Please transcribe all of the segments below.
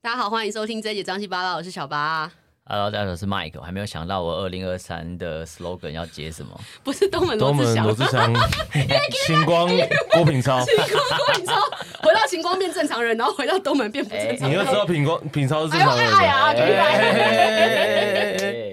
大家好，欢迎收听这一节张七八拉，我是小八， Hello，大家好，我是 Mike。我还没有想到我二零二三的 slogan 要接什么。不是东门罗东志门祥罗。志 祥、 星光、郭品超。晴光郭你超回到晴光变正常人，然后回到东门变不正常哎你人。又知道品光品超是正常哎人呦哎呀哎呀 哎呀哎哎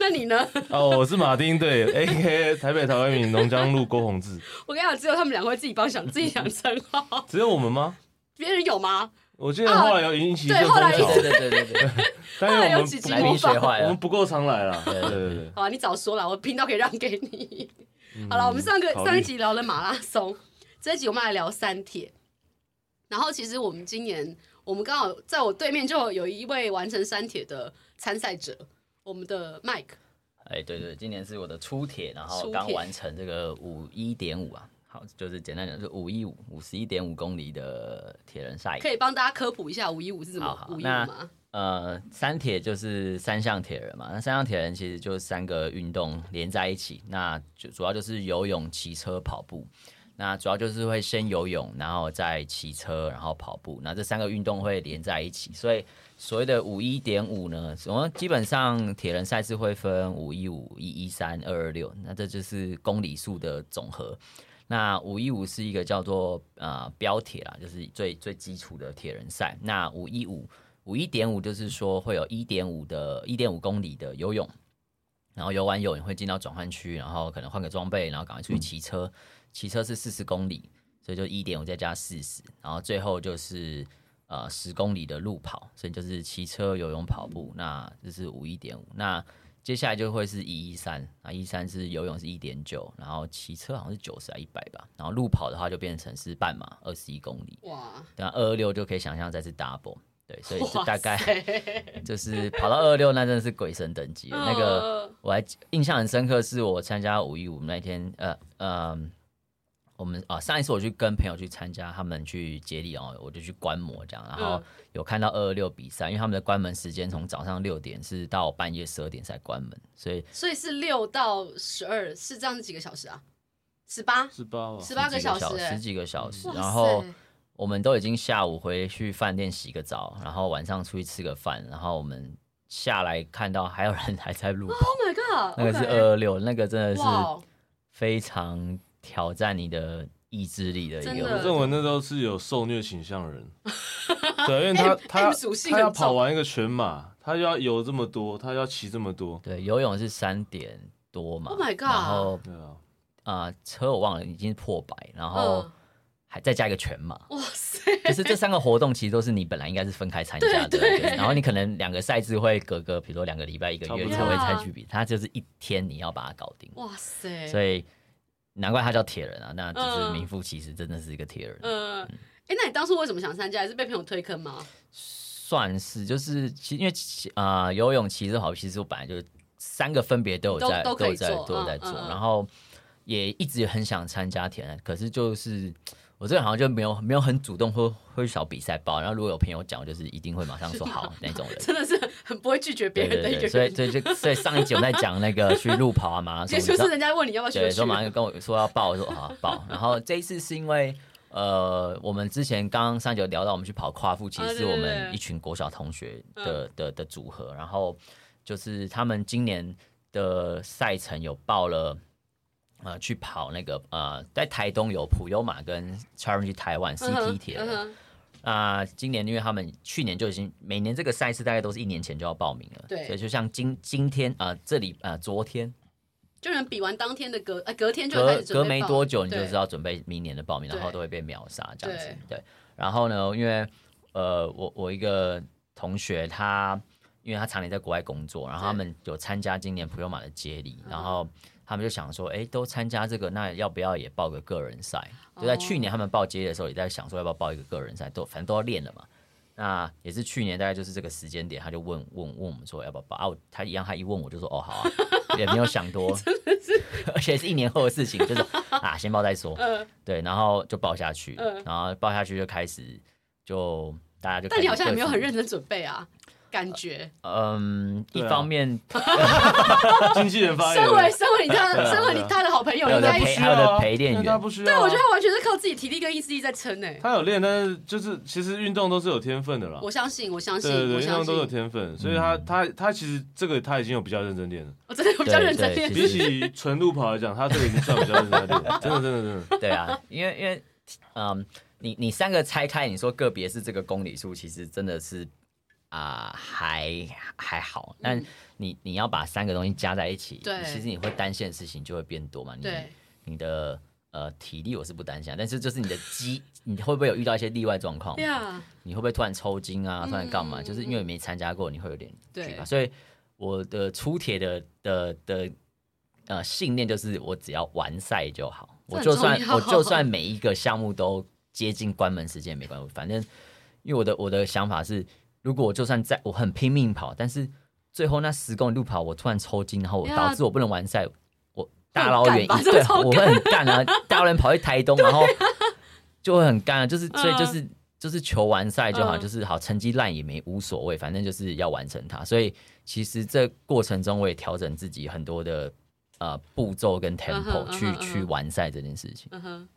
那你呢？哦，我是马丁队，A K A 哎台北台湾民龙江路郭宏志，我跟你讲，只有他们两个会自己帮想自己想称号，只有我们吗？别人有吗？我记得后来有引起一阵啊对后风来潮哎对，对对对对，但是后来有我们几集来宾模学仿坏我们了。不够常来啦。啊对对对好啊，你早说了，我频道可以让给你。嗯好了，我们上个考虑上一集聊了马拉松，这一集我们来聊三铁。然后其实我们今年，我们刚好在我对面就有一位完成三铁的参赛者，我们的 Mike。哎，对对，今年是我的初铁，然初后铁刚完成这个五一点五啊。好，就是简单讲，就五一五五十一点五公里的铁人赛。可以帮大家科普一下五一五是什好么好五一五那吗？呃，三铁就是三项铁人嘛。那三项铁人其实就是三个运动连在一起，那就主要就是游泳、骑车、跑步。那主要就是会先游泳，然后再骑车，然后跑步。那这三个运动会连在一起，所以所谓的五一点五呢，我们基本上铁人赛事会分五一五、一一三、二二六，那这就是公里数的总和。那五一五是一个叫做呃标铁啦，就是最最基础的铁人赛。那五一五五一点五就是说会有一点五的一点五公里的游泳，然后游完泳你会进到转换区，然后可能换个装备，然后赶快出去骑车。骑车是四十公里，所以就一点五再加四十，然后最后就是呃十公里的路跑，所以就是骑车、游泳、跑步，那这是五一点五。那接下来就会是一一三，啊一三是游泳是一点九，然后骑车好像是九十还一百吧，然后路跑的话就变成是半马二十一公里，哇，那啊二二六就可以想象再是 double，对，所以这哇大概塞 就是跑到二六，那真的是鬼神等级了。那个嗯我还印象很深刻，是我参加五一五那天，呃呃，我们啊上一次我去跟朋友去参加，他们去接力哦，我就去观摩这样，然后嗯有看到二二六比赛，因为他们的关门时间从早上六点是到半夜十二点才关门，所以所以是六到十二，是这样是几个小时啊？十八，十八啊吧，十八个哦十几小时个小时，欸十几个小时，哇然后塞。，Oh 我们都已经下午回去饭店洗个澡，然后晚上出去吃个饭，然后我们下来看到还有人还在路跑。 Oh my god，那个是 OK 二二六，那个真的是哇，哦非常挑战你的意志力的真一的我个。认为那都是有受虐倾向 的人，对，因为他 M- 他 M 属性他要很重跑完一个全马，他要游这么多，他要骑这么多，对，游泳是三点多嘛 Oh my god 然后对啊，啊、呃车我忘了已经破百，然后嗯还再加一个全马。 哇塞，就是这三个活动，其实都是你本来应该是分开参加的， 对对然后你可能两个赛制会隔个，比如说两个礼拜、一个月差不多才会再去比，它就是一天你要把它搞定，哇塞，所以难怪它叫铁人啊，那就是嗯名副其实，真的是一个铁人。呃，哎，那你当初为什么想参加？还是被朋友推坑吗？算是，就是其因为其啊、游泳、骑车、跑步，其实我本来就三个分别都有在都都可以有在做都有嗯在嗯做，嗯然后也一直很想参加铁人，可是就是我这个人好像就没有没有很主动会会去找比赛报，然后如果有朋友讲，我就是一定会马上说好那种人。真的是很不会拒绝别对人的一对个对，人，所以所以就所以上一集我们在讲那个去路跑啊马拉松，也你知就道是人家问你要不要去对，就去说马上跟我说要报，我说好报。然后这一次是因为呃，我们之前刚刚上集有聊到，我们去跑夸父，其啊对实是我对对嗯们一群国小同学的、的的组合。然后就是他们今年的赛程有报了。呃，去跑那个呃，在台东有普悠玛跟 Challenge 台湾嗯哼 CT 铁人嗯，哼那、今年因为他们去年就已经每年这个赛事大概都是一年前就要报名了，对所以就像今今天啊、呃这里啊、呃昨天就能比完当天的隔，呃，隔天就开隔始准隔备没报多久你就对知道准备明年的报名，然后对都会被秒杀这样子对。对，然后呢，因为呃，我我一个同学他，因为他常年在国外工作，然后他对们有参加今年普悠玛的接力，嗯然后他们就想说，哎，都参加这个，那要不要也报个个人赛？就在哦去年他们报接力的时候，也在想说要不要报一个个人赛，都反正都要练了嘛。那也是去年大概就是这个时间点，他就问问问我们说要不要报啊？我他一样，他一问我就说哦好啊， 也没有想多，而且是一年后的事情，就是啊先报 再说，呃，对，然后就报下去，嗯然后报下去就开始就大家就但你好像也也没有很认真准备啊，感觉。嗯，一对啊 方面经纪人发言身为了，身为你他对的啊身为对你啊他的好朋友，还有应的该陪需还有要的啊陪练但员他不需要啊。对我觉得他完全是靠自己体力跟意志力在撑诶。他有练，但是就是其实运动都是有天分的啦。我相信，我相信，对对对，我运相动都有信，天分，所以他嗯他他其实这个他已经有比较认真练了。我真的有比较对认真对练其实比起纯路跑来讲，他这个已经算比较认真 的练了，真的真的真的。对啊，因为因为嗯，你你三个拆开，你说个别是这个公里数，其实真的是啊、还还好，但你你要把三个东西加在一起，嗯对其实你会单线的事情就会变多嘛，你对你的。呃，体力我是不担心啊，但是就是你的肌，你会不会有遇到一些例外状况？呀，你会不会突然抽筋啊？嗯突然干嘛？嗯就是因为没参加过，你会有点对惧怕。所以我的出铁的的的呃信念就是，我只要完赛就好，这我很就算重要我就算每一个项目都接近关门时间也没关系，反正因为我的我的想法是，如果我就算在我很拼命跑，但是最后那十公里路跑我突然抽筋，然后我呀导致我不能完赛，我大很老干 远吧一这对，超我会很干 啊，大老远跑去台东，然后就会很干 啊，就是所以就嗯是。就是求完赛就好，嗯就是好成绩烂也没无所谓，反正就是要完成它。所以其实这过程中我也调整自己很多的呃步骤跟嗯 tempo 哼去、嗯哼去完赛这件事情。嗯哼。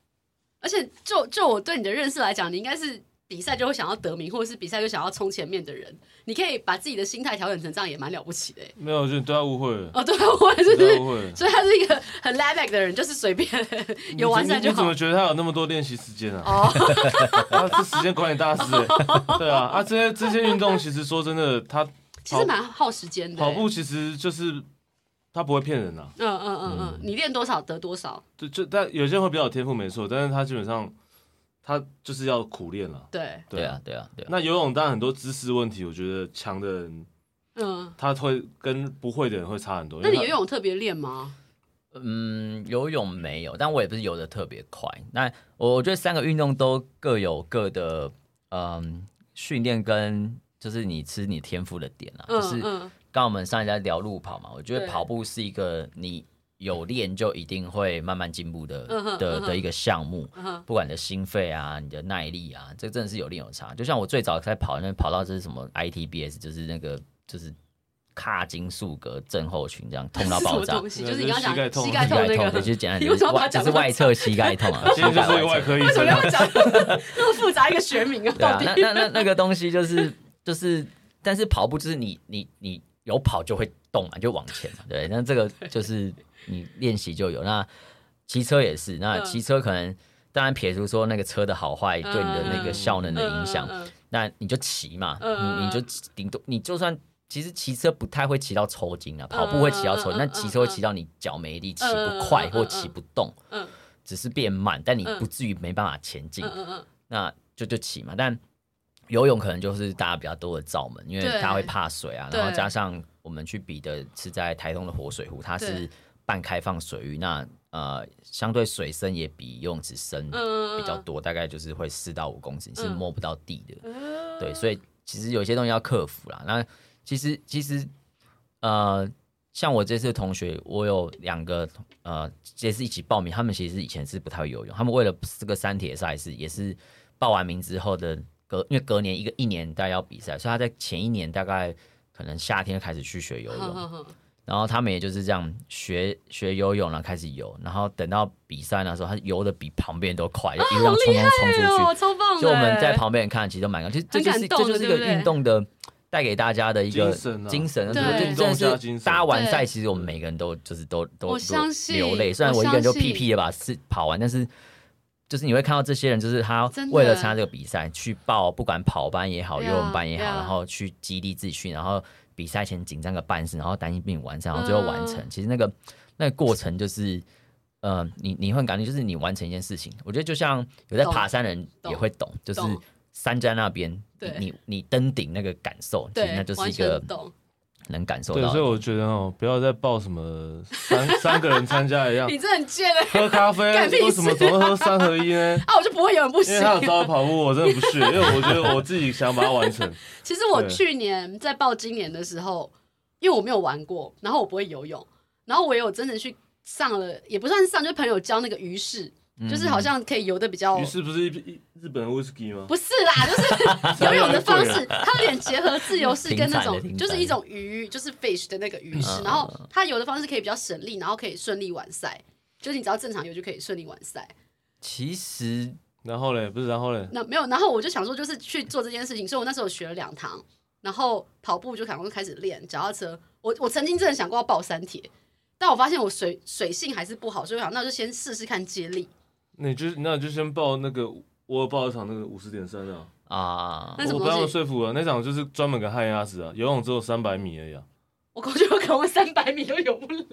而且就就我对你的认识来讲，你应该是比赛就会想要得名，或者是比赛就想要冲前面的人。你可以把自己的心态调整成这样，也蛮了不起的欸。没有，就对他误 会了，哦，对， 我也对是，他误会了。所以他是一个很 l a b a c 的人，就是随便 有完赛你就你怎好么。觉得他有那么多练习时间啊？ 哦，他是时间管理大师欸，对啊，啊这些这些运动其实说真的，他其实蛮耗时间的欸。跑步其实就是他不会骗人啊，嗯，嗯嗯嗯嗯，你练多少得多少，就就但有些人会比较有天赋没错，但是他基本上他就是要苦练了。对，对啊，，对啊，对啊。那游泳当然很多姿势问题，我觉得强的人嗯。他会跟不会的人会差很多。那因你为游他 泳特别练吗？嗯，游泳没有，但我也不是游的特别快。那我我觉得三个运动都各有各的嗯训练跟就是你吃你天赋的点啊，嗯就是嗯刚刚我们上一次在聊路跑嘛，我觉得对跑步是一个你有练就一定会慢慢进步的嗯哼的嗯哼的一个项目，嗯哼不管你的心肺啊、你的耐力啊，这真的是有练有差。就像我最早在跑，那跑到这是什么 ITBS，就是那个就是髂胫束隔症候群这样痛到是什爆么炸东。西？那就是你就刚是刚膝盖讲痛膝膝盖 痛那痛，个对，，就是简单你点，为什就是么把它外讲就成是外侧膝盖痛 啊，今天就是一个外侧科 医为什生么 啊，要讲那么复杂一个学名啊？对到啊，底那那那那个东西就是就是，但是跑步就是你你你有跑就会动嘛，就往前嘛，对。那这个就是你练习就有。那骑车也是，那嗯骑车可能当然撇除说那个车的好坏对你的那个效能的影响，嗯嗯嗯嗯那你就骑嘛，嗯你你就顶多你就算。其实骑车不太会骑到抽筋啊，嗯跑步会骑到抽嗯筋，嗯那嗯骑车会骑到你脚没力，骑不嗯快嗯嗯或骑不动，嗯只是变慢，但你嗯不至于没办法前进嗯。嗯嗯，那就就骑嘛。但游泳可能就是大家比较多的罩门，因为对大家会怕水啊，对然后加上我们去比的是在台东的活水湖，它是对半开放水域，那呃相对水深也比游泳池深嗯比较多，大概就是会四到五公尺，你是嗯摸不到地的。嗯对，所以其实有些东西要克服啦。那其实其实呃，像我这次的同学，我有两个呃，也是一起报名，他们其实以前是不太会游泳，他们为了这个三铁赛事也是报完名之后的隔，因为隔年一个一年大概要比赛，所以他在前一年大概可能夏天开始去学游好泳，好好然后他们也就是这样学学游泳，然后开始游，然后等到比赛那时候，他游的比旁边人都快，就一路这样冲冲冲出去。哎呦，超棒的！就我们在旁边人看，其实都蛮感动，其实这就很是感这动的就是一对个不对运动的带给大家的一个精神啊精神，对这真运动加的精是神大家完赛，对其实我们每个人都就是都都我都相信流泪，虽然我一个人就屁屁的把事跑完，但是。就是你会看到这些人，就是他真的为了参加这个比赛，去报不管跑班也好， Yeah，游泳班也好， yeah 然后去激励自己去，然后比赛前紧张个半死，然后担心病嗯完赛，然后最后完成。其实那个那个过程就是，呃，你你会很感觉就是你完成一件事情，我觉得就像有在懂爬山的啊人懂也会懂，就是懂山在那边，你对你你登顶那个感受，其实对，那就是完一全个懂。能感受对，到所以的。我觉得哦，不要再报什么 三三个人参加一样，你这很贱哎！喝咖啡干屁事啊为什么总是喝三合 一呢？啊，我就不会游泳，不因行为。他有找我跑步，我真的不去，因为我觉得我自己想把它 完成。其实我对去年在报今年的时候，因为我没有玩过，然后我不会游泳，然后我也有真的去上了，也不算是上，就是朋友教那个鱼式，就是好像可以游的比较鱼是不是一一日本的 whisky 吗？哦不是啦，就是游泳的方太式，它有点结合自由式跟那种挺惨的挺惨，的就是一种鱼，就是 fish 的那个鱼式，嗯然后它游的方式可以比较省力，然后可以顺利完赛，就是你只要正常游就可以顺利完赛。其实然后嘞，不是然后嘞，那没有，然后我就想说，就是去做这件事情，所以我那时候学了两堂，然后跑步就想说开始练脚踏车。我我曾经真的想过要报三铁，但我发现我水水性还是不好，所以我想那我就先试试看接力。那你就那你就先报那个我有报一场那个五十点三啊，啊、那什么我东被西他们说服了，那场就是专门给旱鸭子啊，游泳只有三百米而已啊。我估计我可能三百米都游不 了，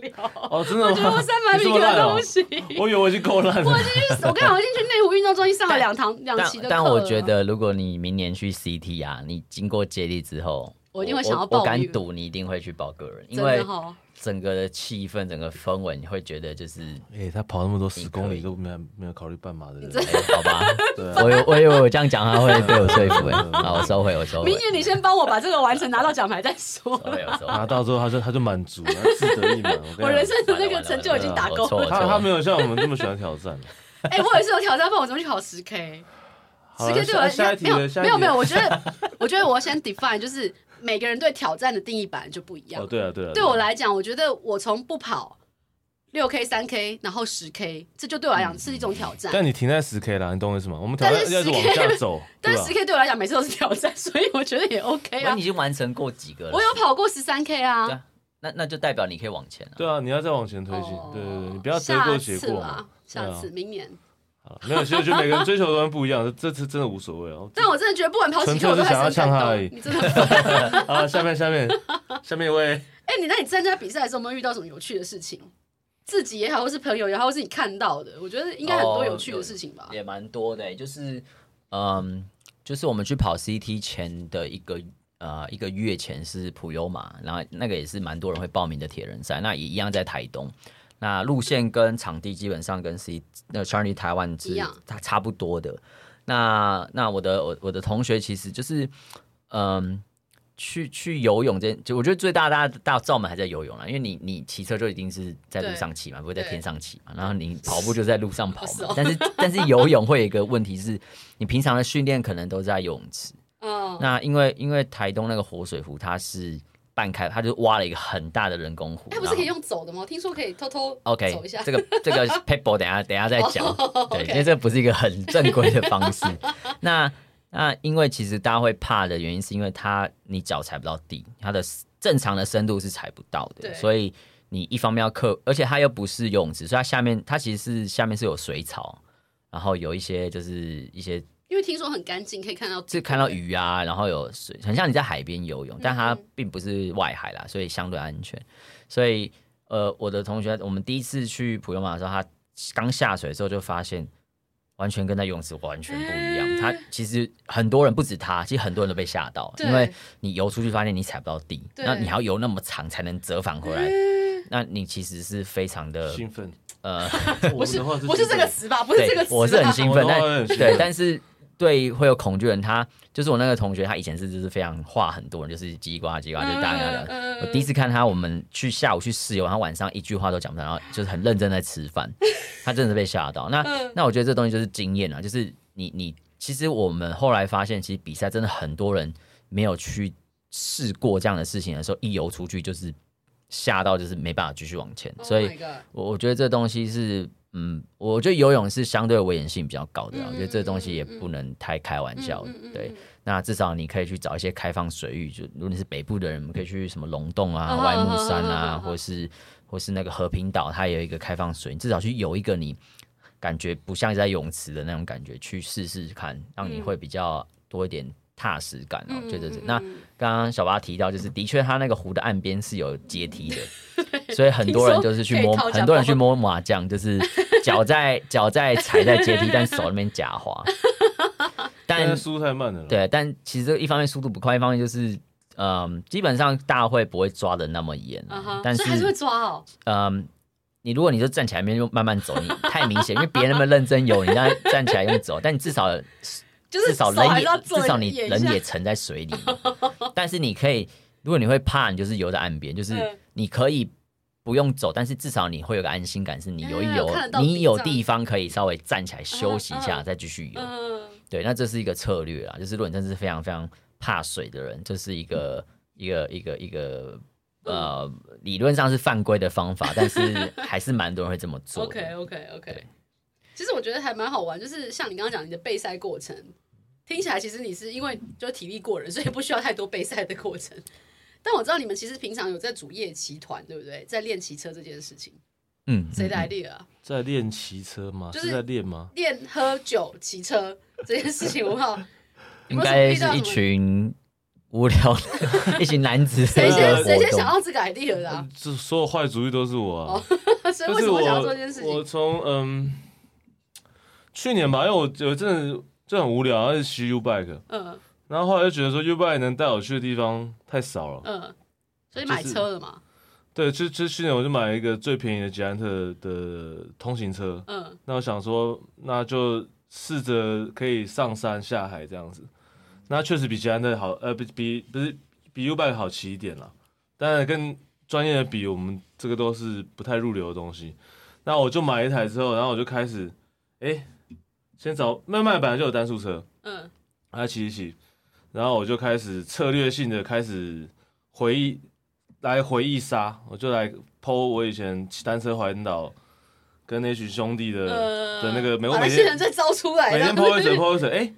哦，真我的觉得吗我？三百米你这可么烂能都哦不行。我以为我已经够烂了。我刚好进去内湖运动中心上了两堂两但期的课但我觉了，得，如果你明年去 CT 啊，你经过接力之后，我一定会想要我报我敢名赌你一定会去报个人，因真为的哦哈，整个的气氛、整个氛围，你会觉得就是，哎，他跑那么多你十可公以里都没有没有考虑半马的人，真哎好吧， 对啊我以我以为我这样讲他会被我说服哎， 好，我收回，我收回明，年你先帮我把这个完成，拿到奖牌再 说收。回，我收回 拿。到之后他就他就满足了，他自得意满。跟你讲我人生的那个成就已经打勾完了完了完了了。我错他他没有像我们这么喜欢挑战。哎，我也是有挑战，不然我怎么去考十 K？好十了 K 对我来下下讲一题没有了，下一没题有了没有，我觉 得我觉得我要先 define，就是每个人对挑战的定义本来就不一样哦，。对啊，对啊，对我来讲，我觉得我从不跑六 K、三 K，然后十 K，这就对我来讲是一种挑战。嗯但你停在十 K 啦，你懂我意思吗？我们挑战但是要是往 10K 下走，但对是啊吧十？K 对我来讲每次都是挑战， 所以我觉得也 OK 那啊哎你已。经完成过几个了？我有跑过十三 K 啊对。啊，那那就代表你可以往前了。对啊，你要再往前推进哦，对对对，你不要得过且过嘛。下次啦下次对啊明年。好没有，其实我觉得每个人追求的东西不一样，这这次真的无所谓 哦。但我真的觉得不管跑几个，纯粹我都是想还是要很呛他感而已动。你真的很棒，啊，下面下面下面一位，哎，你那你参加比赛的时候有没有遇到什么有趣的事情？自己也好，或是朋友也好，或是你看到的，我觉得应该很多有趣的事情吧。也蛮多的欸、就是嗯，就是我们去跑 CT 前的一个呃一个月前是普悠马，然后那个也是蛮多人会报名的铁人赛，那也一样在台东。那路线跟场地基本上跟 C 那 Charlie 台湾一是样它差不多的。那那我的我我的同学其实就是嗯。去去游泳这，就我觉得最大大大罩门还在游泳了，因为你你骑车就一定是在路对上骑嘛，不会在对天上骑嘛，然后你跑步就在路上跑是嘛哦， 但是但是游泳会有一个问题是，你平常的训练可能都在游泳池。嗯，那因为因为台东那个活水湖它是半开，它就挖了一个很大的人工湖。哎，不是可以然后用走的吗？听说可以偷偷 OK，走一下。哦这个这个 paper 等一下等一下再讲对， OK 因为这不是一个很正规的方 式。那那因为其实大家会怕的原因，是因为它你脚踩不到地，它的正常的深度是踩不到的，对所以你一方面要克，而且它又不是游泳池，所以它下面它其实是下面是有水草，然后有一些就是一些因为听说很干净，可以看到是看到鱼啊，然后有水，很像你在海边游泳，但它嗯并不是外海啦，所以相对安全。所以呃，我的同学，我们第一次去普悠玛的时候，他刚下水的时候就发现，完全跟在游泳池完全不一嗯样。他其实很多人不止他，其实很多人都被吓到，对因为你游出去发现你踩不到地，对那你还要游那么长才能折返回来，嗯那你其实是非常的兴奋， 呃。不我是的话是不是这个词吧？不是对，这个词啊吧，我是很兴奋，我但都很兴奋对，但是对会有恐惧的人，他就是我那个同学，他以前是就是非常话很多人，就是叽呱叽呱，就大家聊。嗯我第一次看他，我们去下午去室友，他晚上一句话都讲不上，然后就是很认真在吃 饭，他真的是被吓到。那嗯那我觉得这东西就是经验啊，就是你你其实我们后来发现，其实比赛真的很多人没有去试过这样的事情的时候，一游出去就是吓到，就是没办法继续往前，所以 Oh my God 我我觉得这东西是，嗯，我觉得游泳是相对危险性比较高的啊、嗯我觉得这东西也不能太开玩笑。嗯嗯嗯嗯对，那至少你可以去找一些开放水域，就如果你是北部的人，我们可以去什么龙洞啊、啊外木山啊啊啊啊，啊或是或是那个和平岛，它也有一个开放水，你至少去游一个你感觉不像在泳池的那种感觉，去试试看，让嗯你会比较多一点踏实感、啊。我觉得这那嗯刚刚小巴提到，就是的确它那个湖的岸边是有阶梯 的，所以很多人就是去摸听说可以，靠脚很多人去摸麻将，就是 脚在脚在踩在阶梯，但手那边假滑。但但输太慢了啦。对，但其实这一方面速度不快，一方面就是。嗯，基本上大会不会抓的那么严啊、啊哈，但所以还是会抓哦。嗯，你如果你就站起来那边就慢慢走，你太明显，因为别人那么认真游，你那样站起来用走，但你至少就是至少手还人是也要做至少你演一人下也沉在水 里嘛，但是你可以，如果你会怕，你就是游在岸边，就是嗯你可以不用走，但是至少你会有个安心感，是你游一游嗯看得，到你有地地方可以稍微站起来休息一下，嗯嗯再继续游。嗯，对，那这是一个策略啦，就是如果你真的是非常非常怕水的人，这是一个嗯一个一个一个呃，理论上是犯规的方法，但是还是蛮多人会这么做的。 OK OK OK 对。其实我觉得还蛮好玩，就是像你刚刚讲你的备赛过程，听起来其实你是因为就是体力过人，所以不需要太多备赛的过程。但我知道你们其实平常有在组夜骑团，对不对？在练骑车这件事情， 嗯，谁的来？ idea 啊？在练骑车吗？就是是在练吗？练喝酒、骑车这件事情，我不知 道应有没该有什么遇到是一什么群无聊的 一群男子的谁一先个谁先活想动。到这个 idea 的、啊？哦这所有坏主意都是我所啊。以为就是什么我会想要做这件事我情？从嗯去年吧，因为我有真的就很无聊，然后一直骑 U bike，嗯然后后来就觉得说 U bike 能带我去的地方太少了。嗯，所以买车了嘛？对，就就去年我就买了一个最便宜的捷安特的通行车，嗯那我想说那就试着可以上山下海这样子，那确实比捷安特好，呃，比比不是比 U bike 好骑一点啦，当然跟专业的比，我们这个都是不太入流的东西。那我就买一台之后，然后我就开始，哎、先找麦麦本来就有单速车，嗯他啊骑一骑，然后我就开始策略性的开始回忆，来回忆杀，我就来剖我以前骑单车环岛跟那群兄弟的、呃的那个每我把那每些天人再招出来，每然天后剖一折剖一折，哎、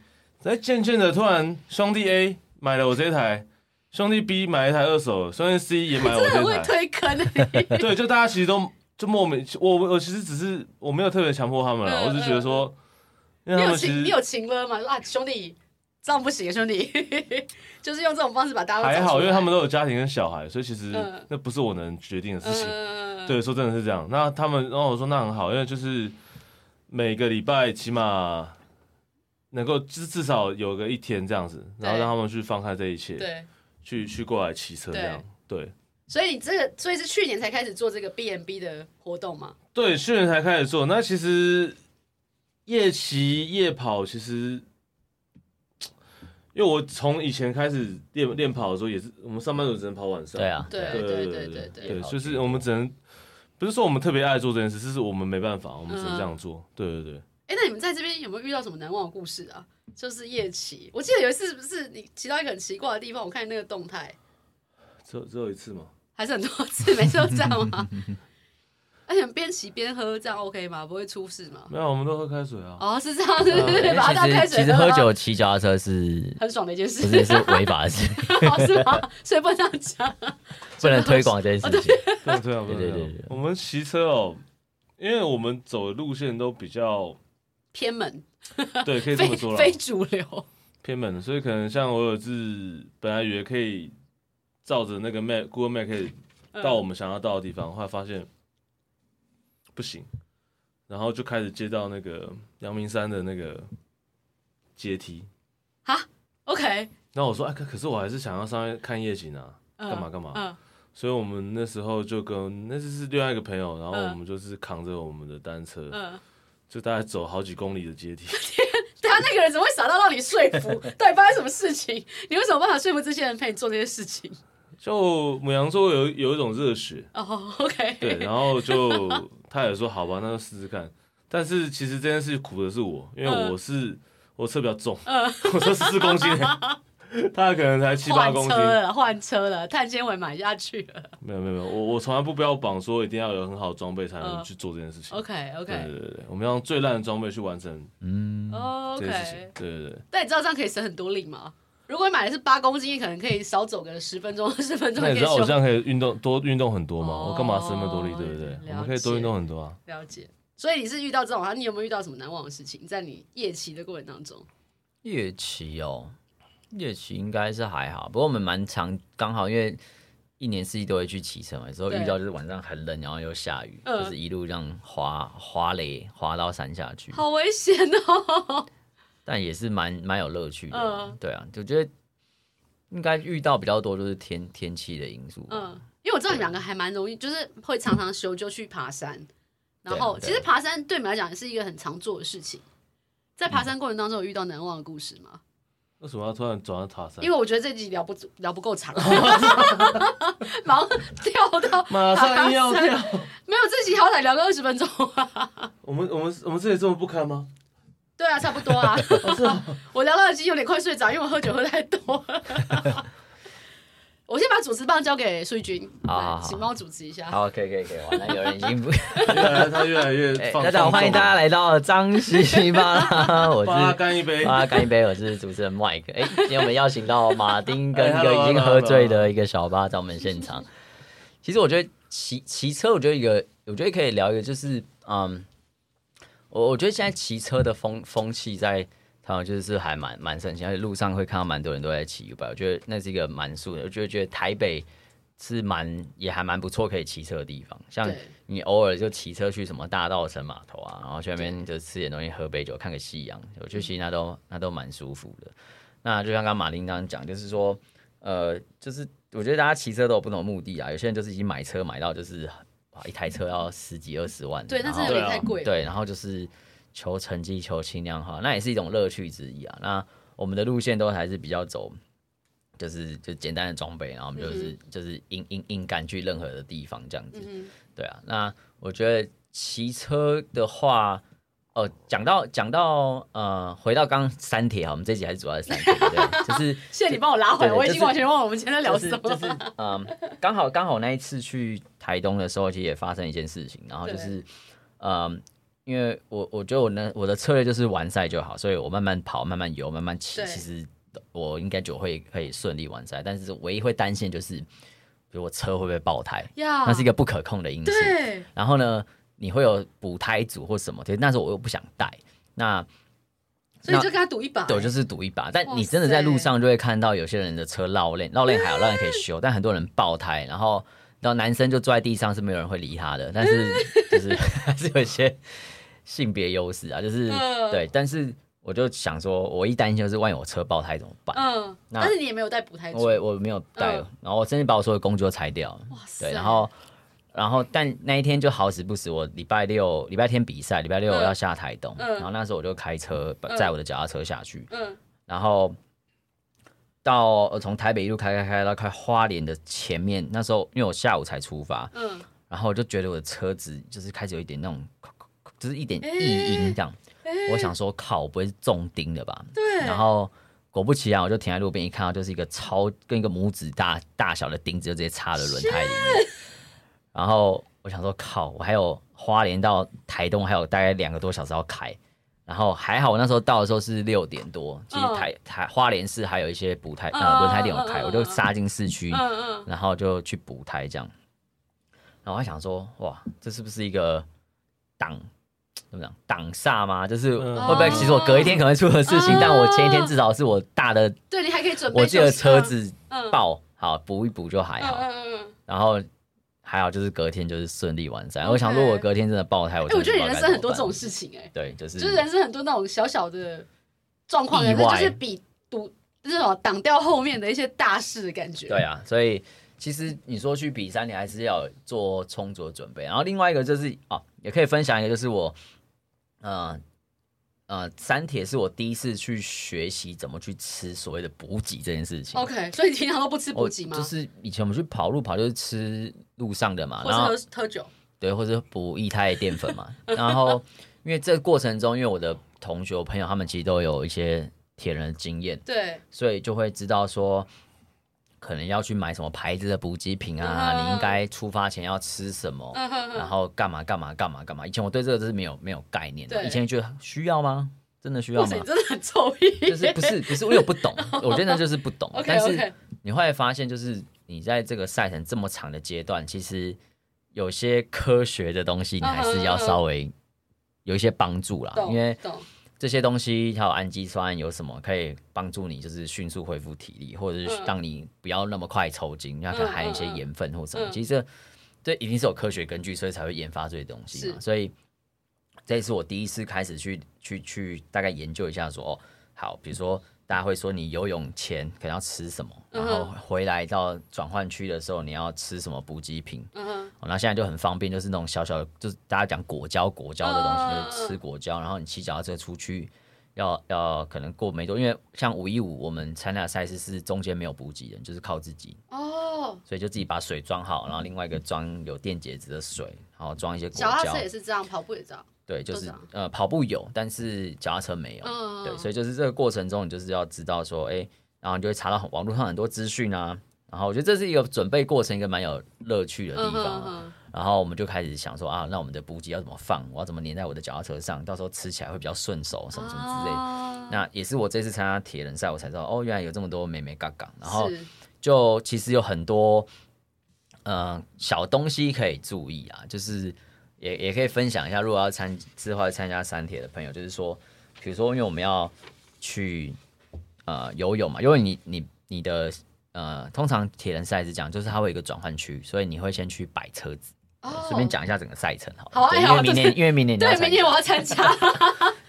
哎渐渐的突然兄弟 A 买了我这台，兄弟 B 买了一台二手，兄弟 C 也买了我真的很 会这推坑欸的、台，对，就大家其实都就莫名，我我我其实只是我没有特别强迫他们了，嗯我只是觉得说，因为你他有们其情实你有情了吗？说啊，兄弟，这样不行，啊兄弟， 就是用这种方式把大家都还啊找出好，来因为他们都有家庭跟小孩，所以其实嗯那不是我能决定的事情。嗯，对，说真的是这样。那他们，然后我说那很好，因为就是每个礼拜起码能够至至少有个一天这样子，然后对让他们去放开这一切，对，去去过来骑车这样。对所以你这个所以是去年才开始做这个 B M B 的活动嘛？对，去年才开始做。那其实夜骑夜跑，其实。因为我从以前开始练练跑的时候，也是我们上班族只能跑晚上，对啊，对对对对对对好就是我们只能不是说我们特别爱做这件事，是我们没办法，我们只能这样做。对对对，哎、那你们在这边有没有遇到什么难忘的故事啊？就是夜骑，我记得有一次不是你骑到一个很奇怪的地方，我看你那个动态只有只有一次嘛。还是很多次，每次都这样吗？而且边骑边喝，这样 OK 吗？不会出事吗？没有，我们都喝开水啊。哦，是这样，对对 对，把它当因为开其实水其实喝啊酒骑脚踏车是很爽的一件事不，是也是违法的事， 哦是吗？所以不能这样讲。不能推广哦这件事情。对对啊，对对对对对对。我们骑车哦，因为我们走的路线都比较偏门，对，可以这么非说啦，非主流。偏门的，所以可能像我有次本来以为可以照着那个 map Google map 可以嗯到我们想要到的地方，后来发现不行，然后就开始接到那个阳明山的那个阶梯， OK，然后我说，哎，可可是我还是想要上去看夜景啊，嗯干嘛干嘛嗯所以我们那时候就跟那次是另外一个朋友，然后嗯我们就是扛着我们的单车，嗯，就大概走好几公里的阶梯。 他那个人怎么会傻到让你说服？到底发生什么事情？你为什么有办法说服这些人陪你做这些事情？就母羊座有有一种热血，哦，OK， 对，然后就他也说好吧，那就试试看。但是其实这件事苦的是我，因为嗯我是、我车比较重， 我车十四公 斤，他可能才七八换公车斤。了，换车了，碳纤维买下去 了。没有没有没有，我我从来不标榜说一定要有很好的装备才能嗯去做这件事情。 OK 对 OK 对对对，我们要用最烂的装备去完成嗯，哦这件事情。 OK，对对对。但你知道这样可以省很多力吗？如果你买的是八公斤，可能可以少走个十分钟、二十分钟。那你可知以道我休这样可以运动多运动很多吗？哦我干嘛生那么多力，对不了解对？我们可以多运动很多啊。了解。所以你是遇到这种，啊你有没有遇到什么难忘的事情？在你夜骑的过程当中，夜骑哦，夜骑应该是还好，不过我们蛮常刚好因为一年四季都会去骑车嘛，有时候对遇到就是晚上很冷，然后又下雨，嗯就是一路这样滑滑雷滑到山下去，好危险哦！但也是蛮蛮有乐趣的啊、嗯对啊，就觉得应该遇到比较多就是天天气的因素吧， 嗯，因为我知道你们两个还蛮容易，就是会常常休就去爬山。然啊后，对其实爬山嗯对你们来讲也是一个很常做的事情。在爬山过程当中，有遇到难忘的故事吗？为什么要突然转到塔山因？为我觉得这集聊不足聊不够 长， 忙跳到马上要塔山跳，没有这集好歹聊个二十分钟啊。我们我们我们这里这么不堪吗？对啊，差不多 啊。哦 我聊到已经有点快睡着，因为我喝酒喝太多 了。我先把主持棒交给苏玉君，好好来，好请帮我主持一下。好，可以可以可以，完了，有人已经不。越来他越来 越哎放。大家好，放欢迎大家来到张西西巴拉， 我放纵帮他是。干一杯。啊，干一杯！我是主持人 Mike。哎、今天我们邀请到马丁跟一哎个，hello，已经喝 hello，醉的一个小巴在我们现场。其实我觉得骑骑车，我觉得一个，我觉得可以聊一个，就是嗯，我我觉得现在骑车的风风气在台湾就是还蛮蛮盛行，而且路上会看到蛮多人都在骑 U 拜，我觉得那是一个蛮素的。我觉得觉得台北是蛮也还蛮不错可以骑车的地方，像对你偶尔就骑车去什么大道城码头啊，然后去那边就吃点东西、喝杯酒、看个夕阳，我觉得其实那都那都蛮舒服的。那就像刚刚马林刚刚讲，就是说，呃，就是我觉得大家骑车都有不同的目的啊，有些人就是已经买车买到就是哇一台车要十几二十万，对，那然真后的有点对啊太贵了。对，然后就是求成绩、求轻量化，那也是一种乐趣之一啊。那我们的路线都还是比较走，就是就简单的装备，然后我们就是、就是硬硬硬干去任何的地方这样子。嗯对啊，那我觉得骑车的话，哦，讲到讲到呃，回到刚刚三铁啊，我们这集还是主要是三铁， 对，就是哼，谢谢你帮我拉回来，对对我已就经是完全忘了我们今天在聊就是什么就了。是嗯，刚好刚好那一次去台东的时候，其实也发生一件事情，然后就是嗯，因为我我觉得我呢我的策略就是完赛就好，所以我慢慢跑，慢慢游，慢慢骑，对其实我应该就会可以顺利完赛，但是唯一会担心的就是，比如我车会不会爆胎，呀那是一个不可控的因素。对，然后呢，你会有补胎组或什么，其实那时候我又不想带，那所以就跟他赌一把。对，我就是赌一把。但哎哇你真的在路塞上就会看到有些人的车绕链，绕链嗯还好，绕链可以修，但很多人爆胎，然后然后男生就坐在地上是没有人会理他的，但是嗯 就是还是有一些性别优势啊，就是嗯对，但是。我就想说，我一担心就是万一我车爆胎怎么办？嗯，那但是你也没有带补胎我组。也我没有带，嗯然后我甚至把我所有工具都拆掉了。哇塞对，然后然后但那一天就好死不死，我礼拜六礼拜天比赛，礼拜嗯六我要下台东，嗯然后那时候我就开车把载我的脚踏车下去，嗯然后到呃从台北一路开开开到开花莲的前面，那时候因为我下午才出发，嗯，然后我就觉得我的车子就是开始有一点那种，就是一点哎异音这样，我想说靠，我不会是中钉的吧？对。然后果不其然，我就停在路边，一看到就是一个超跟一个拇指大大小的钉子，就直接插了轮胎里面。 然后我想说，靠，我还有花莲到台东还有大概两个多小时要开。然后还好，我那时候到的时候是六点多，其实嗯台、台花莲市还有一些补胎嗯呃轮胎店有开，嗯嗯我就嗯杀进市区，嗯嗯，然后就去补胎这样。然后我还想说，哇，这是不是一个挡怎么讲挡煞吗？就是嗯会不会其实我隔一天可能会出的事哦情，呃但我前一天至少是我大的对你还可以准备我休自息。己的车子嗯爆，啊好补一补就还嗯好。嗯嗯嗯。然后还好就是隔天就是顺利完赛。 OK 我想如果我隔天真的爆胎，我哎，我觉得真你的不人知道生该很多这怎么种办事情，哎，对，就是就是人生很多那种小小的状况，意人生就外是比赌那种挡掉后面的一些大事的感觉。对啊，所以其实你说去比赛，你还是要做充足的准备。然后另外一个就是哦，也可以分享一个，就是我，呃呃，三铁是我第一次去学习怎么去吃所谓的补给这件事情。 OK，所以你平常都不吃哦补我给吗？哦就是以前我们去跑路跑，就是吃路上的嘛，或然后是喝喝酒？对，或者补液态淀粉嘛。然后因为这个过程中，因为我的同学、我朋友他们其实都有一些铁人的经验，对，所以就会知道说，可能要去买什么牌子的补给品啊，嗯你应该出发前要吃什么，嗯哼然哼，后干嘛干嘛干嘛干嘛。以前我对这个真是没有没有概念的，对以前觉得需要吗？真的需要哇塞，吗你？真的很臭屁。就是不是不是，因为我 不懂，我真的就是不懂。 OK 但是 OK，你会发现，就是你在这个赛程这么长的阶段，其实有些科学的东西，你还嗯是要稍微有一些帮助啦，懂啊因为懂，这些东西还有氨基酸有什么可以帮助你，就是迅速恢复体力，或者是嗯让你不要那么快抽筋，那可能含一些盐分或什嗯么。嗯嗯其实这这一定是有科学根据，所以才会研发这些东西嘛。是所以这也是我第一次开始去去去大概研究一下说，哦，好，比如说大家会说你游泳前可能要吃什么，然后嗯回来到转换区的时候你要吃什么补给品，嗯哼，哦，那现在就很方便，就是那种小小的，就是大家讲果胶、果胶的东西，嗯就是吃果胶，然后你骑脚踏车出去，要要可能过没多，因为像五一五我们参加的赛事是中间没有补给的，就是靠自己，哦，所以就自己把水装好，然后另外一个装有电解质的水，然后装一些果脚踏胶车，也是这样，跑步也这样。对，就都这是样呃跑步有，但是脚踏车没有，嗯对，所以就是这个过程中你就是要知道说，哎、然后你就会查到网络上很多资讯啊。然后我觉得这是一个准备过程，一个蛮有乐趣的地嗯哼方、啊。哼，然后我们就开始想说啊，那我们的补给要怎么放？我要怎么粘在我的脚踏车上？到时候吃起来会比较顺手，什么什么之类的。啊那也是我这次参加铁人赛，我才知道哦，原来有这么多美美嘎嘎。然后是就其实有很多呃小东西可以注意啊，就是也也可以分享一下，如果要参之后要参加山铁的朋友，就是说，比如说因为我们要去呃游泳嘛，因为你你你的呃通常铁人赛是这样，就是它会有一个转换区，所以你会先去摆车哦子。呃顺便，讲一下整个赛程好了，好啊对哎因为好明就是年因为明年你要对，参明天加我要参 加。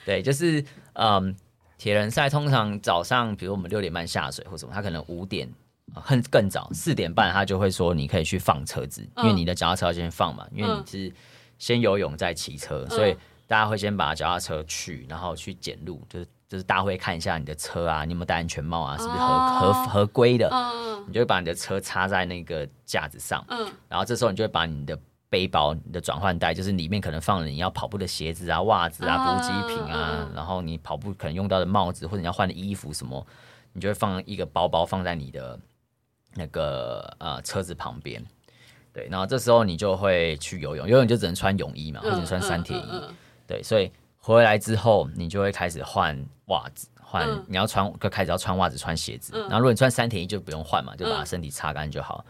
对，就是嗯，铁人赛通常早上，比如我们六点半下水或什么，他可能五点。呃很更早，四点半他就会说你可以去放车子，因为嗯你的脚踏车要先放嘛，因为你是先游泳再骑车，嗯所以大家会先把脚踏车去，然后去检路，就是就是大家会看一下你的车啊，你有没有戴安全帽啊，是不是合、合哦合规的，嗯你就会把你的车插在那个架子上，嗯然后这时候你就会把你的背包、你的转换带，就是里面可能放了你要跑步的鞋子啊、袜子啊、补啊给品啊啊，然后你跑步可能用到的帽子或者你要换的衣服什么，你就会放一个包包放在你的那个呃车子旁边。对，然后这时候你就会去游泳，游泳就只能穿泳衣嘛，或者哦穿三铁衣。嗯嗯嗯对，所以回来之后，你就会开始换袜子，换、嗯你要穿，就开始要穿袜子、穿鞋子。嗯然后如果你穿三点一就不用换嘛，就把身体擦干就好。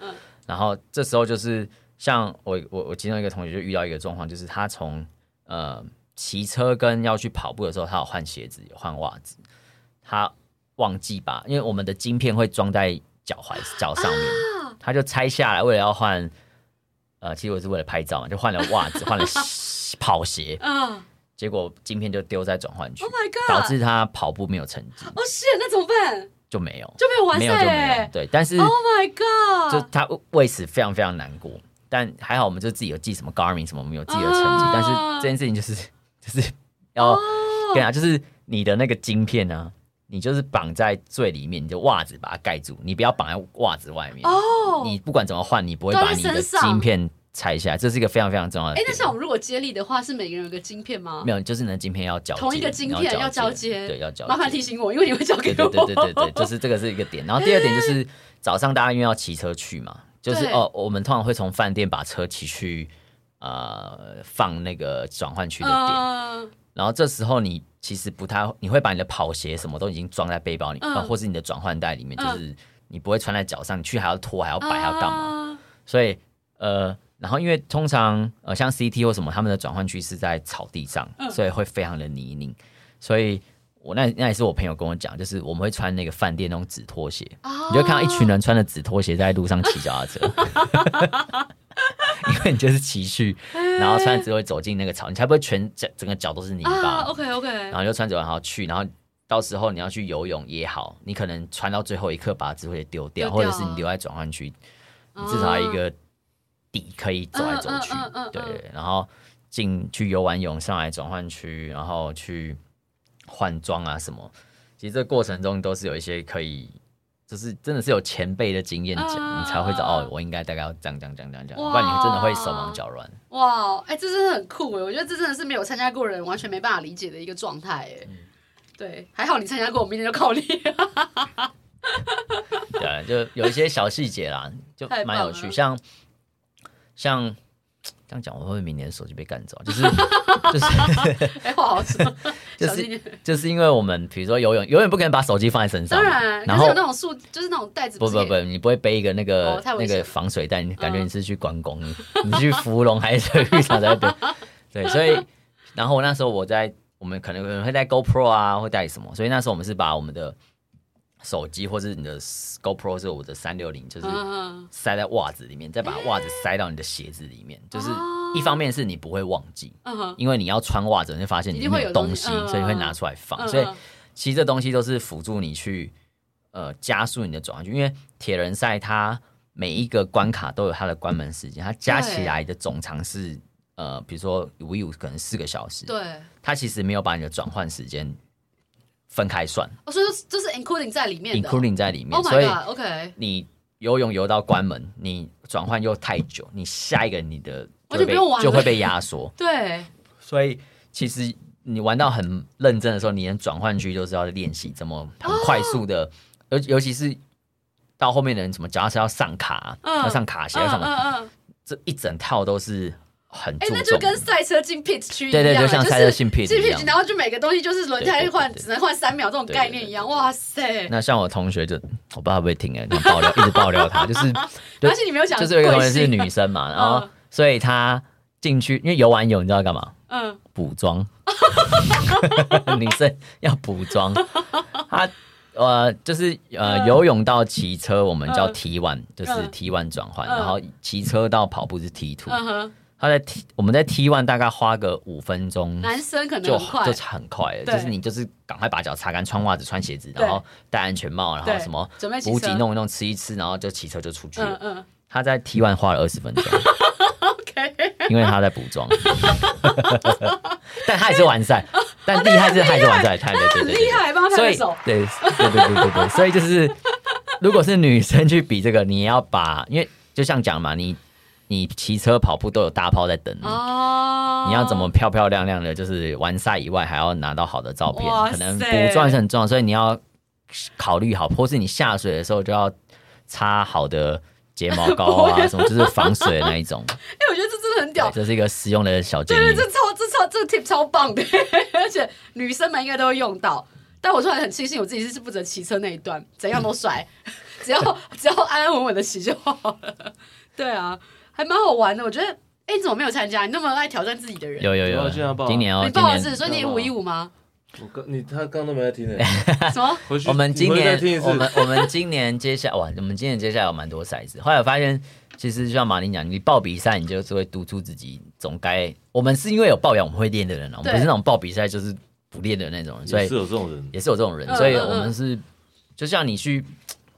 然后这时候就是像我我我其中一个同学就遇到一个状况，就是他从呃骑车跟要去跑步的时候，他有换鞋子，有换袜子，他忘记把，因为我们的晶片会装在脚啊踝脚上面，他就拆下来，为了要换。呃，其实我是为了拍照嘛，就换了袜子，换了 鞋跑鞋，嗯结果晶片就丢在转换区 Oh my god！导致他跑步没有成绩，哦，是，那怎么办？就没有，就被我完没赛有就没有欸。对，但是 Oh my 就 god！他为此非常非常难过，但还好我们就自己有记什么 Garmin 什么，我们有自己的成绩啊但是这件事情就是 就是哦要对啊，就是你的那个晶片呢、你就是绑在最里面，你的袜子把它盖住，你不要绑在袜子外面。哦，你不管怎么换，你不会装把在你的身上晶片拆下来，这是一个非常非常重要的哎点。，那像我们如果接力的话，是每个人有个晶片吗？没有，就是你的晶片要交接，同一个晶片要交接对，要交接。麻烦提醒我，因为你会交对给对我。对对 对对，就是这个是一个点。然后第二点就是早上大家因为要骑车去嘛，就是对哦，我们通常会从饭店把车骑去呃放那个转换区的点，嗯然后这时候你其实不太，你会把你的跑鞋什么都已经装在背包里，嗯呃或是你的转换袋里面，就嗯是你不会穿在脚上，你去还要脱还要摆还要干嘛？啊所以呃。然后，因为通常呃，像 CT 或什么，他们的转换区是在草地上，嗯所以会非常的泥泞。所以我那那也是我朋友跟我讲，就是我们会穿那个饭店那种纸拖鞋，啊你就会看到一群人穿着纸拖鞋在路上骑脚踏车，因为你就是骑去，然后穿着只会走进那个草，你才不会全整整个脚都是泥啊巴， ，OK OK，然后就穿着然后去，然后。到时候你要去游泳也好，你可能穿到最后一刻把纸拖鞋丢丢掉掉，啊或者是你留在转换区，你至少要一个底可以走来走去，嗯嗯嗯嗯嗯对，然后进去游完泳上来转换区，然后去换装啊什么，其实这个过程中都是有一些可以，就是真的是有前辈的经验讲，嗯你才会知道嗯嗯哦，我应该大概要这样这样这样这样这样，哇不然你真的会手忙脚乱。哇，哎、这真的很酷哎！我觉得这真的是没有参加过的人完全没办法理解的一个状态哎。嗯对，还好你参加过，我明天就靠你。对，啊就有一些小细节啦，就太棒蛮有趣，了像像这样讲，我会不会明年手机被干走？就是 就是 哎、话好说，就小心一是点。就是因为我们比如说游泳，永远不可能把手机放在身上当嘛，然，啊可然是后有那种塑，就是那种袋子不是不可不，以你不会背一个那个、哦太危那险个了防水袋，你感觉嗯你是去关公，你去芙蓉还是浴场在 背？对，所以然后我那时候我在我们可能可能会带 GoPro 啊，会带什么，所以那时候我们是把我们的手机或是你的 GoPro 是我的三六零，就是嗯嗯塞在袜子里面，再把袜子塞到你的鞋子里面，就是一方面是你不会忘记，哦嗯哼，因为你要穿袜子，你会发现一里定会面有有东东西西，嗯所以会拿出来放。嗯所以嗯其实这东西都是辅助你去呃加速你的转换区，因为铁人赛它每一个关卡都有它的关门时间，它加起来的总长是呃，比如说五一五可能四个小时，对，它其实没有把你的转换时间分开算哦，所以说这是 including 在里面的哦、 ，including 在里面。 Oh 所以 my god，OK，你游泳游到关门，你转换又太久，你下一个你的完全就会被不用玩了就会被 压缩。对，所以其实你玩到很认真的时候，你连转换区就是要练习怎么很快速哦的，尤、尤其是到后面的人什么脚踏车要上卡，嗯要上卡鞋嗯什嗯么，嗯，这一整套都是很哎、注那就重跟的。赛车进 pit 区一对样，啊对就像赛车进 pit 进一 pit 样然后就每个东西就是轮对胎对换，对只能换三秒这种概念一样，哇塞！那像我同学就我不知道会不会听哎、欸，你爆料一直爆料他， 就是就而且你没有讲，啊就是有一个同学是，女生嘛，然后嗯所以她进去，因为游完泳你知道干嘛？嗯，补妆， 女生要补妆。她呃，就是呃，嗯游泳到骑车我们叫嗯 T one，就是嗯 T one 转换，嗯然后骑车到跑步是 T two。嗯哼，她在 T 我们在 T one 大概花个五分钟。男生可就能很快就，很快了，对就是你就是赶快把脚擦干，穿袜子、穿鞋子，对然后戴安全帽，然后对什么准备骑补车给弄一弄，吃一吃，然后就骑车就出去嗯了。嗯她在 T one 花了二十分钟， ，OK，因为他在补妆， 但他也是完赛，但厉害是他也是完赛，他对对很对对哦厉害，帮他拍对，所以拍手，对对对对对对，所以就是如果是女生去比这个，你要把，因为就像讲嘛，你你骑车跑步都有大炮在等你。哦，你要怎么漂漂亮亮的，就是完赛以外还要拿到好的照片，哇塞可能补妆是很重要，所以你要考虑好，或是你下水的时候就要擦好的睫毛膏 不啊，会什么就是防水的那 一种。哎、我觉得这真的很屌对，这是一个实用的小建对对，议。这超这超这个 tip 超棒的， 而且女生们应该都会用到。但我突然很庆幸我自己是负责骑车那一段，怎样都摔， 只要只要安安稳稳的骑就好了。 对啊，还蛮好玩的。我觉得，哎、你怎么没有参加？你那么爱挑战自己的人，有有有啊今年要报有，啊今年要你今报了年是，所以你有啊五一五吗？我刚你他刚都没在 听呢，什么？回去我们今你回去再听一年次我们我们今年接下哇，我们今年接下来有蛮多赛事。后来我发现，其实就像马林讲，你报比赛，你就是会督促自己，总该我们是因为有抱养我们会练的人啊，我们对不是那种报比赛就是不练的那种人，所也以是有这种人，也是有这种人嗯，所以嗯嗯我们是就像你去。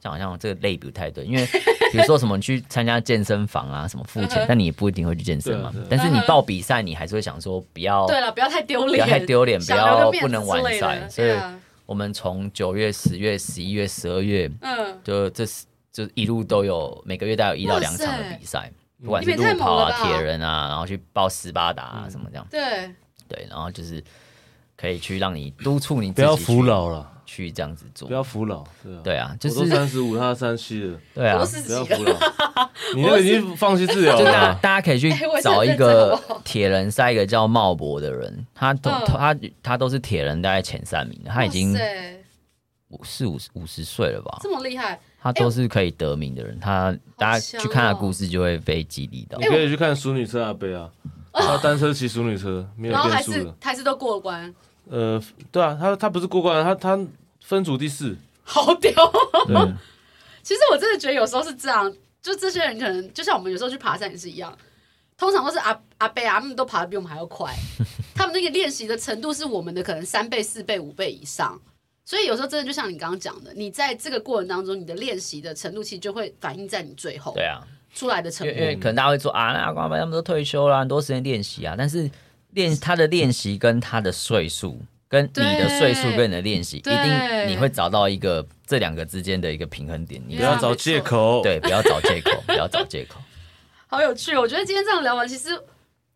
讲好像这个类比不太对，因为 比如说什么你去参加健身房啊，什么付嗯钱哼，但你也不一定会去健身嘛对啊对啊。但是你嗯哼报比赛，你还是会想说不要对了，不要太丢不脸，要太丢脸，不想留要个面不子能之完类的赛。所以对啊，我们从九月、十月、十一月、十二月，嗯，就这就一路都有每个月大概有一到两哇场塞的比赛，不管你是们也太路跑猛了啊、吧铁人啊，然后去报斯巴达啊嗯什么这样，对，对，然后就是可以去让你督促你不自要己服去老了，去这样子不做，要服老，对啊，对啊，就我都是三十五，他三七了，对啊我。是不要己服的，老， 你那个已经放弃治疗就大家了，大家可以去哎我也是找很一认个真好不好铁人赛一个叫茂博的人，他都嗯他他都是铁人大概前三名的，他已经哇塞五四五十五十岁了吧？这么厉害，他都是可以得名的人，他大家强去看他哦故事就会被激励到哎你。可以去看熟女车阿贝啊，他单车骑熟女车没有哦然后还变数的是，还是都过关，呃，对啊，他他不是过关，他他分组第四，好屌。哦对，啊其实我真的觉得有时候是这样，就这些人可能就像我们有时候去爬山也是一样，通常都是阿阿伯阿姆都爬的比我们还要快，他们那个练习的程度是我们的可能三倍、四倍、五倍以上。所以有时候真的就像你刚刚讲的，你在这个过程当中，你的练习的程度其实就会反映在你最后对啊，出来的成因为因果。为可能大家会说啊，那阿光他们都退休了，很多时间练习啊，但是练他的练习跟他的岁数。跟你的岁数对跟你的练习，一对定你会找到一个这两个之间的一个平衡点。你不对要啊要找借口，对，不要找借口，不要找借口。好有趣哦！我觉得今天这样聊完，其实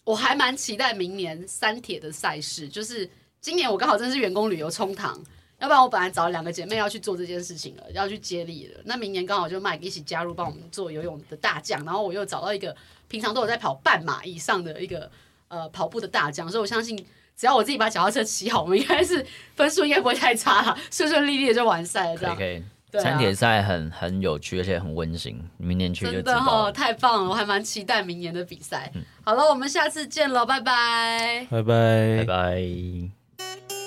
我还蛮期待明年三铁的赛事。就是今年我刚好真是员工旅游冲堂，要不然我本来找两个姐妹要去做这件事情了，要去接力了。那明年刚好就 Mike 一起加入帮我们做游泳的大将，然后我又找到一个平常都有在跑半马以上的一个呃跑步的大将，所以我相信。只要我自己把脚踏车骑好，我们应该是分数应该不会太差啦，顺顺利利的就完赛了。这可以样可以， 对啊三铁赛很很有趣，而且很温馨。你明年去就真知的道哦，了。太棒了！我还蛮期待明年的比赛。好了，我们下次见喽，拜拜。拜拜拜拜。